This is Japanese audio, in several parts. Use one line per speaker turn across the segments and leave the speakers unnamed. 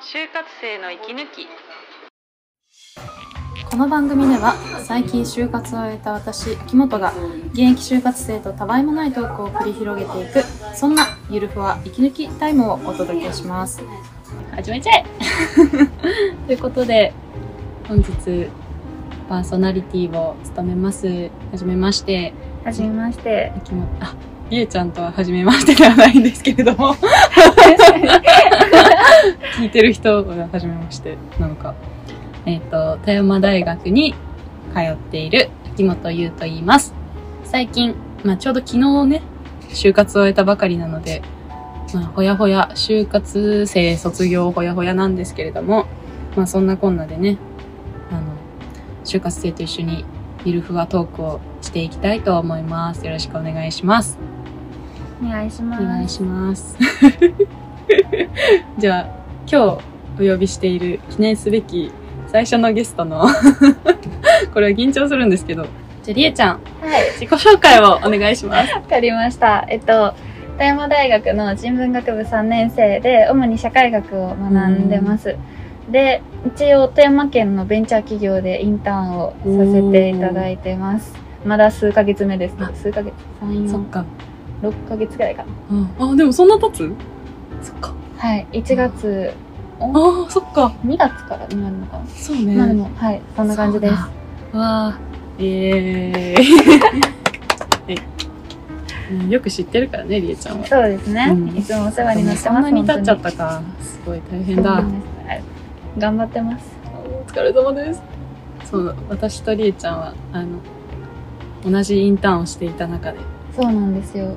就活生の息抜き
この番組では最近就活を終えた私秋元が現役就活生とたわいもないトークを繰り広げていくそんなゆるふわ息抜きタイムをお届けします
始めちゃえ ということで本日パーソナリティを務めますはじめまして
はじめまして。
秋元ありえちゃんとははじめましてではないんですけれど も聞いてる人ははじめましてなのかえっ、と富山大学に通っている秋元優と言います最近、まあ、ちょうど昨日ね就活を終えたばかりなので、まあ、ほやほや就活生卒業ほやほやなんですけれども、まあ、そんなこんなでねあの就活生と一緒にゆるふわトークをしていきたいと思いますよろしくお願いします
お願いし
お願
ま
い
す。
します。 じゃあ、今日お呼びしている記念すべき最初のゲストの、 これは緊張するんですけど、じゃあ、りえちゃん、
はい、
自己紹介をお願いします。
わかりました。えっと、富山大学の人文学部3年生で、主に社会学を学んでます。で、一応富山県のベンチャー企業でインターンをさせていただいてます。まだ数ヶ月目ですけど、
あ
数ヶ月、3、
そっ
4、
か。
6ヶ月ぐらいかな。
うんあ、でもそんな経つそっか。
はい、1月、
ああ、そっか。
2月からになるのかな。
そうね。
まあでも、はい、そんな感じです。
そうだわあ、えー えうんよく知ってるからね、りえちゃんは。
そうですね、
うん
いつもお世話になって
そ
ます。
んなに経っちゃっ
本
たか。すごい大
当
変
に
だ。
はい頑張ってます。
お疲れ様です。そう、私とりえちゃんは、あの、同じインターンをしていた中で。
そうなんですよ。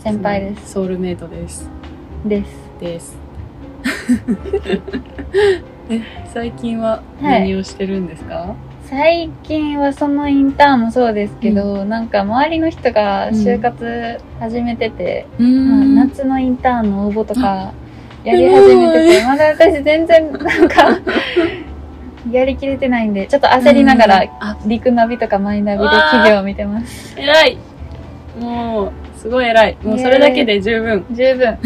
先輩です。
す。ソウルメイトです。
です。
です。え、最近は
はい
何をしてるんですか、
最近はそのインターンもそうですけど、なんか周りの人が就活始めてて、
うーん
まあ夏のインターンの応募とかやり始めてて、まだ私全然な んかやりきれてないんで、ちょっと焦りながら、
あ、
陸ナビとかマイナビで
うわー
企業を見てます。
偉いもう、すごい偉い。もうそれだけで十分。
十分。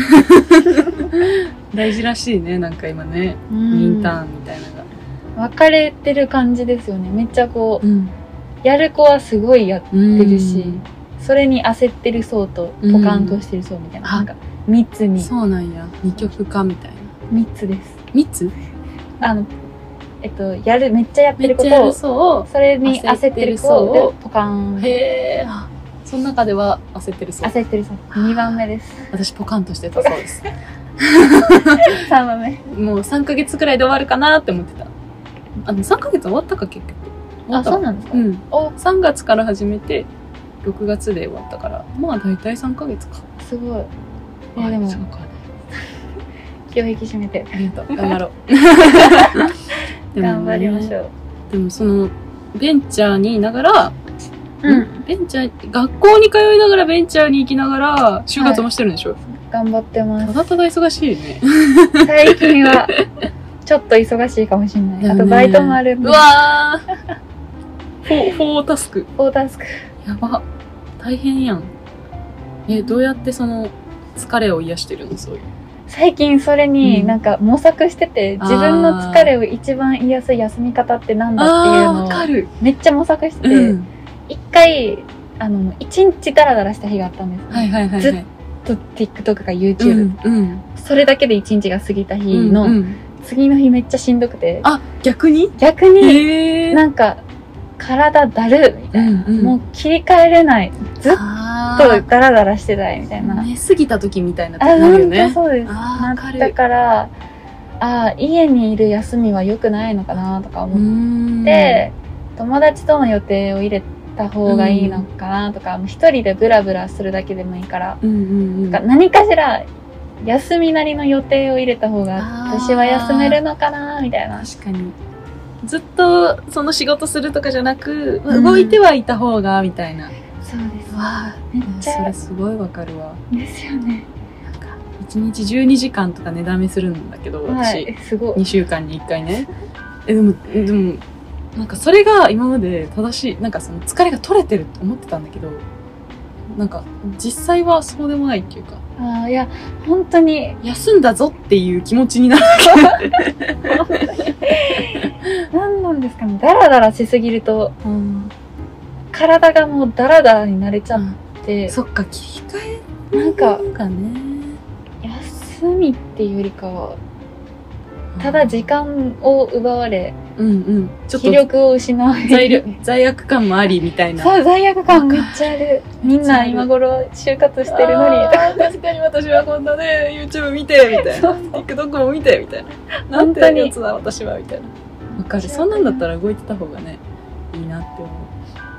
大事らしいね、なんか今ね。インターンみたいなのが。
ン。分かれてる感じですよね。めっちゃこう、
ん。
やる子はすごいやっ
出
てるし、それに焦ってる層とポカンとしてる層みたいな,、
うん
なんか密に
そうなんや。二極化みたいな。
密です
三つ
あのえっとやるめっちゃやって
め
る
っ
こ
ちゃや
と
る
を
そうを
それに焦ってる
焦って
層
る層を
をポカン
へえ。あその中では焦ってるそう。
焦ってる層2番目です
私ポカンとしてたそうです。
3番目
もう3ヶ月くらいで終わるかなって思ってた。あの、3ヶ月終わったか結局。終わ
あ
った
そう
わ
なんですか、
うん。
お
3月から始めて、6月で終わったから、まあ大体3ヶ月か。
すごいいやで
あ
も
そうか。
気を引き締めて
あり がとう。頑張ろう。
頑張りまし
う。
ょう
でもその、ベンチャーにいながら、
うん
ベンチャー、学校に通いながらベンチャーに行きながら、就活もしてるんでしょ、
頑張ってま
た
す
だただ忙しいね。
最近はちょっと忙しいかもしれない、
だよ
あ
ね
とバイトもあるん
う
で
わー フォーフォータスク。
フォータスク
やば。大変やん。え、どうやってその、疲れを癒してるのそういう。
最近それ
う
に
ん
なんか模索してて、自分の疲れを一番癒やす休み方ってなんだっていうの
わか
を
る。
めっちゃ模索して
う
て
ん。
一、回あの一日ダラダラした日があったんです、
はいはいはい、はい。
ずっと TikTok か
う
YouTube、
ん。うん。
それだけで一日が過ぎた日の、
うんうん
次の日めっちゃしんどくて
あ、逆に
逆に
へえ。
なんか体だるみたいな、
うんうん
もう切り替えれないずっ
あ
とダラダラしてたいみたいな、
ー寝すぎた時みたいなと
あ
こなるよ
本
ね。
当そうです
あー
な
わ
っ
かる
たからあー家にいる休みは良くないのかなとか
う
思っ
ーん
て、友達との予定を入れた方がいいのかなとか、もう一人でブラブラするだけでもいいから、
うんうんうん。
なんか何かしら休みなりの予定を入れた方が
あー
私は休めるのかなみたいな
確かにずっとその仕事するとかじゃなく、
うん
動いてはいた方がみたいなわ
そうです
あ
めっち
そ
ゃ
れすごいわかるわ
ですよね
なんか1日12時間とか寝だめするんだけど
は
私、
いすごい
2週間に1回ねえでもでもなんかそれが今まで正しいなんかその疲れが取れてると思ってたんだけどなんか実際はそうでもないっていうか
あーいや本当に
休んだぞっていう気持ちになる
何なんですかねダラダラしすぎると体がもうダラダラに慣れちゃって、
そっか切り替え
なんか
なんかね
休みっていうよりかはただ時間を奪われ
うんうんちょっ
気
と
力を失われ
罪悪罪悪感もありみたいな
そう罪悪感めっちゃあるみんな今頃就活してるのに
あー確かに私はこんなね YouTube 見てみたいな TikTok も見てみたいななんて
本当に
やつだ私はみたいなわかるそんなんだったら動いてた方がねいいなって思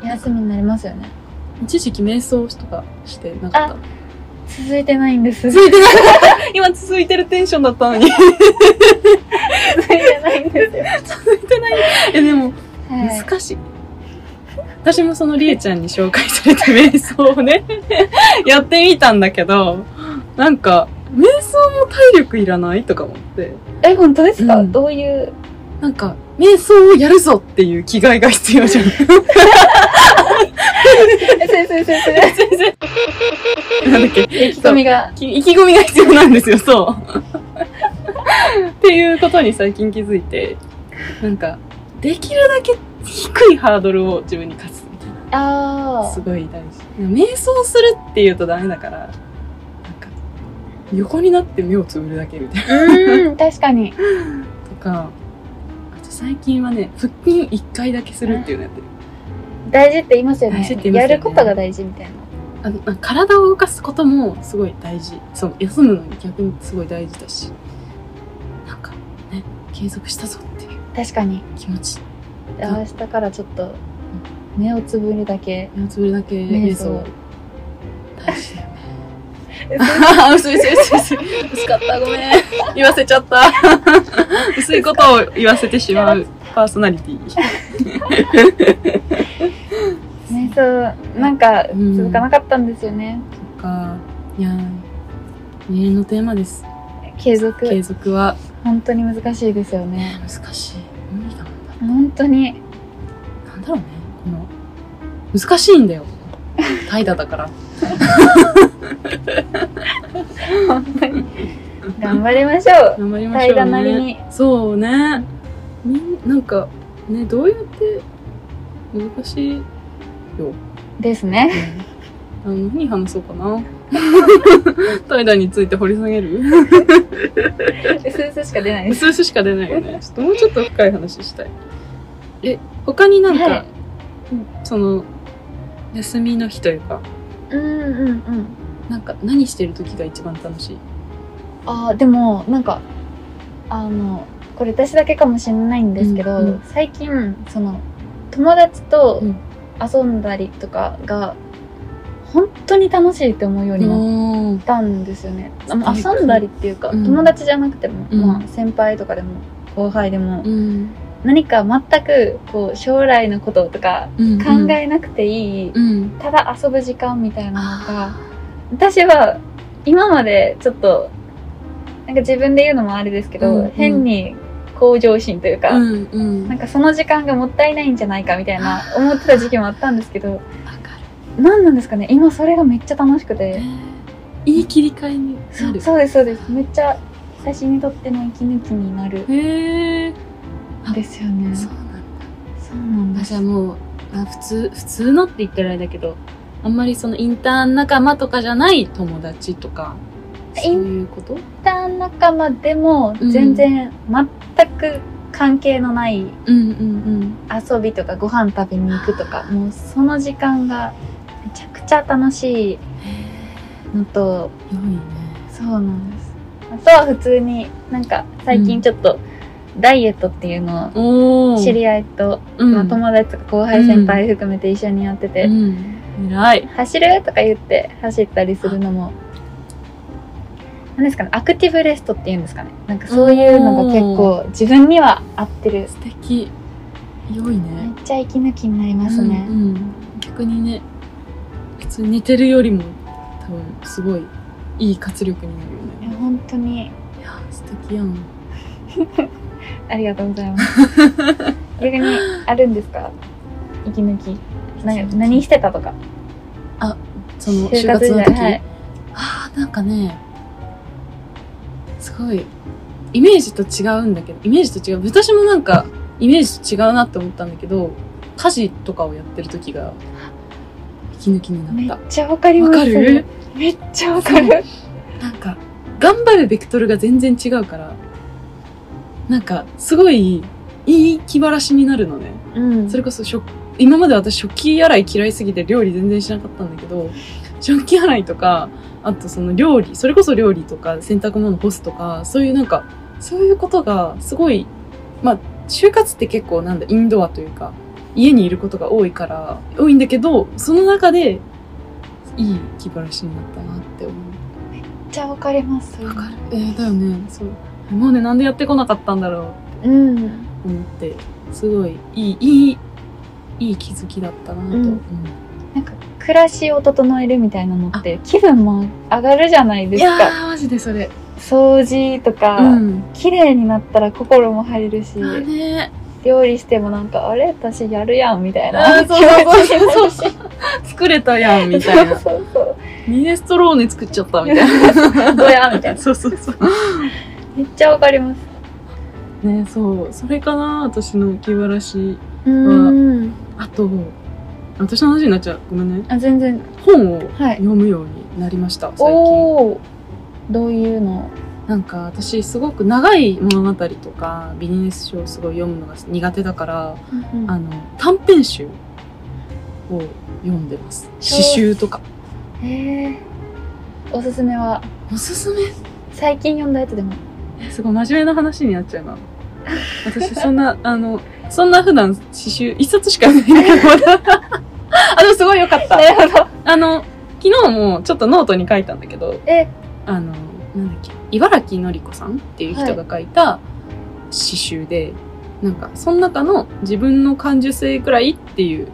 う
休みになりますよね
一時期瞑想とかしてなかった
続いてないんです
続いてない今続いてるテンションだったのに
続いてないんですよ、
続いてない えでも
はい、
難しい、私もそのりえちゃんに紹介された瞑想をねやってみたんだけどなんか瞑想も体力いらないとか思って
え本当ですか、
うん
どう いう
なんか瞑想をやるぞっていう気概が必要じゃ ん
え先生先生
なんだっけ
意気込みが
き意気込みが必要なんですよそうっていうことに最近気づいてなんかできるだけ低いハードルを自分に課すみたいな
あ
すごい大事。瞑想するっていうとダメだから、なんか、横になって目をつぶるだけみたいな。
あうん確かに
とか、あと最近はね、腹筋1回だけするっていうのやってる。
大事って言いますよね
大事って言いますよね
やることが大事みたいな
あのあ体を動かすこともすごい大事。そう、休むのに逆にすごい大事だし、なんかね、継続したぞっていう
確かに
気持ち。
明日からちょっと目をつぶるだけ
目をつぶるだけ
瞑
瞑
想
想。大事だよね。あ ー薄い薄い薄い薄い薄かったごめん言わせちゃった 薄いことを言わせてしまうパーソナリティ
瞑想なんか
うん
続かなかったんですよね、
かいやー永遠のテーマです
継続
継続は
本当に難しいですよね
ね難しい無理だもんな
本当に
なんだろうねこの難しいんだよ怠惰だから
本当に頑張りましょう
頑張りましょ
怠
う、ね、
惰なりに
そうねみんなんかねどうやって難しい
です ね
あの何話そうかな 怠惰について掘り下げる
うすうすしか出ないです
薄々しか出ないよね。ちょっともうちょっと深い話したい。え、他になんか、
はい
その、休みの日というか、
うんうんうん
なんか何してる時が一番楽しい
あーでもなんかあのこれ私だけかもしれないんですけど、
うんうん
最近その友達と
うん
遊んだりとかが本当に楽しいって思うようになっ
ん
ったんですよね。あもう
はい
遊んだりっていうか、
うん
友達じゃなくても、
うん
まあ先輩とかでも後輩でも、
うん。
何か全くこう将来のこととか
うん
考えなくていい、
うん。
ただ遊ぶ時間みたいなのが、私は今までちょっと、なんか自分で言うのもあれですけど、
うんうん
変に向上心というか、
うんうん。
なん
か、
かその時間がもったいないんじゃないかみたいな思ってた時期もあったんですけど、
わか
何なんですかね今それがめっちゃ楽しく
る。。
て
いい切り替えになる。
そうですそうですめっちゃ私にとっての息抜きになる
へえ。
ですよね
そうなんだ。
そうなん
私はもう、あ普通、普通のって言ったらあれだけど、あんまりそのインターン仲間とかじゃない友達とか、そういうこと
インターン仲間でも
うん
全然全く関係のない
うんうん
遊びとかご飯食べに行くとかもうその時間がめちゃくちゃ楽しい
うん。へ
のと
え。良いね。
そうなんですあとは普通になんか最近ちょっとダイエットっていうのを
お
知り合いと、
うん
まあ、友達とか後輩先輩含めて一緒にやってて、
うん、偉い。
走るとか言って走ったりするのも何ですかねアクティブレストっていうんですかねなんかそういうのが結構自分には合ってる
素敵。良い
めっ
ね。
ちゃ息抜きになりますね、
うんうん逆にね、普通に寝てるよりも、多分、すごい、いい活力になるよ
いや
ね。
本当に
いや、素敵やん。
ありがとうございます逆にあるんですか息抜きな何してたとか
その就
就
活
活時
の
代
時、
はい
ああなんかねすごいイメージと違うんだけどイメージと違う私もなんかイメージと違うなって思ったんだけど家事とかをやってる時が息抜き
め
に
っ
なっ
ちゃわか
た
り
わ
ます
かる
めっちゃわかる
なんか頑張るベクトルが全然違うからなんかすごいいい気晴らしになるのね
うん
それこそ食今まで私食器洗い嫌いすぎて料理全然しなかったんだけど食器洗いとかあとその料理それこそ料理とか洗濯物干すとかそういうなんかそういうことがすごいまあ就活って結構なんだインドアというか家にいることが多いから多いんだけどその中でいい気晴らしになったなって思う。
めっちゃわかります
わかる。えー、だよね。そう。もうね、なんでやってこなかったんだろ
うん
うと思って、すごい、いい、いい、いい気づきだったなと。
うん
うん
なんか暮らしを整えるみたいなのって気分も上がるじゃないで
い
す
や
か
ー、マジでそれ。
掃除とか、
うん。
綺麗になったら心も晴れるし
あーね
料理してもなんかあれ私やるやんみたい
あ
な
ーそうそうそうそう
気持ちになるし
作れたやん、みたいな。
そう そう
ミネストローネ作っちゃった、みたい
そうどうやみたい
な。
な
そうそうそう。
めっちゃわかります
ねそう。それかな、私の気晴らし。
うーん
あと、私の話になっちゃう。ごめんね。
あ全然
本を
はい
読むようになりました、最近。
おおどういうの
なんか私すごく長い物語とかビジネス書をすごい読むのが苦手だから、あの短編集を読んでます詩集とか
へえおすすめは
おすすめ
最近読んだやつでも
えすごい真面目な話になっちゃうな私そんな あのそんな普段詩集一冊しか読んでないから あでもすごい良かった
なるほど
あの昨日もちょっとノートに書いたんだけど
え
あのなんだっけ茨城のり子さんっていう人が書いた詩集で、なんかその中の「自分の感受性くらい」っていう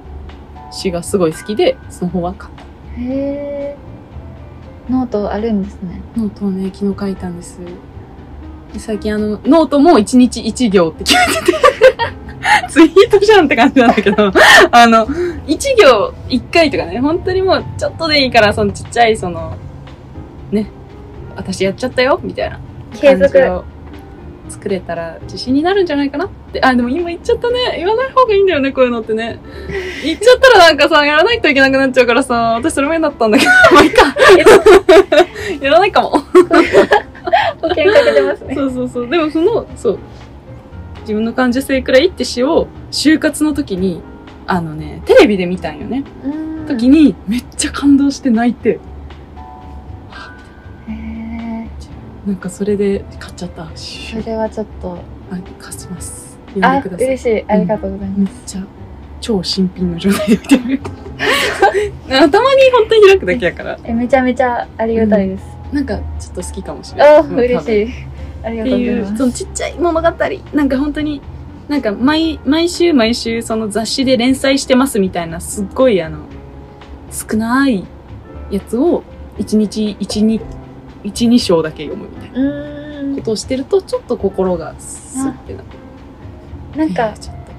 詩がすごい好きでその本は買っ
へえノートあるんですね
たノートをね昨日書いたんですで最近あのノートも1日1行って決 めててツイートじゃんって感じなんだけど あの1行1回とかね本当にもうちょっとでいいからそのちっちゃいそのね私やっちゃったよみたいな
継続
感じを作れたら自信になるんじゃないかなってあでも今言っちゃったね言わない方がいいんだよねこういうのってね言っちゃったらなんかさやらないといけなくなっちゃうからさ私それも嫌だったんだけどまあいいか やらないかも
保険かけてます ね
そうそうそうでもそのそう自分の感受性くらいって詩を就活の時にあのねテレビで見たんよね
うん
時にめっちゃ感動して泣いて
へえ
なんかそれで買っちゃった
それはちょっと
あ貸します読んで
あ
ください
嬉しいありがとうございます、
めっちゃ超新品の状態で見 てる頭に本当に開くだけやから
えめちゃめちゃありがたいです、
なんかちょっと好きかもしれない
あ
うん
嬉
多分っ
しいありが
て
とうござい
い
ま
う
す
そのちっちゃい物語なんか本当になんか毎毎週毎週その雑誌で連載してますみたいなすっごいあの少ないやつを1日12章だけ読むみたいな
うーん
ことをしてるとちょっと心がスッてな
なんか
ちょっと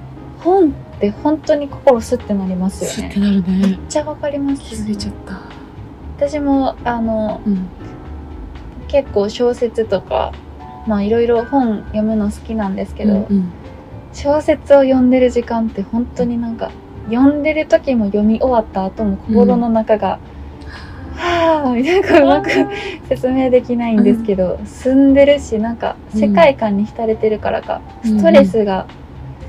本って本当に心すってなります
ス
よ
ッ
ね
てなるね
めっちゃわかります
気づいちゃった
私もあの
うん
結構小説とかまあいろいろ本読むの好きなんですけど、
うんうん
小説を読んでる時間って本当になんか読んでる時も読み終わった後も心の中が、はあみたいなこううまく説明できないんですけど、進んでるしなんか世界観に浸れてるからか、
うん
ストレスが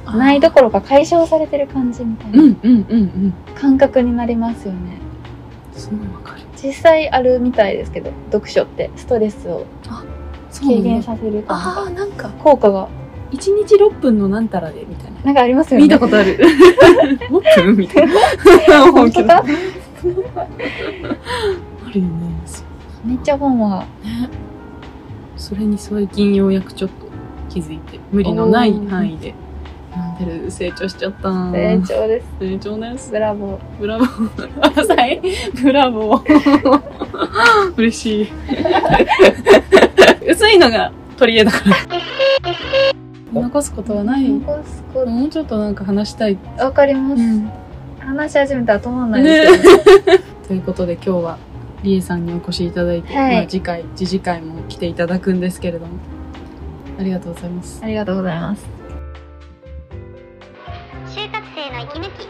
ないどころか解消されてる感じみたい
うん
な
うんうんうん
感覚になりますよね、
すごいわかる
実際あるみたいですけど読書ってストレスを軽減させると
ああなんか
効果が
一日6分のなんたらでみたいな
なんかありますよね
見たことある6分みたいな
本当だ
あるよねそ
めっちゃ本は
うねそれに最近ようやくちょっと気づいて無理のない範囲で読んでる成長しちゃった
成長です
成長です
ブラボー
ブラボーあさいブラボー 嬉し い薄いのが取り柄だから 残すことはない
残すこ
もうちょっとなんか話したい。
とわかります、
ん。
話し始めたら止まんないです
ね
よね。
とということで今日はりえさんにお越しいただいて、
はい
まあ、次回次次回も来ていただくんですけれどもありがとうございます
ありがとうございます
就活生の息抜き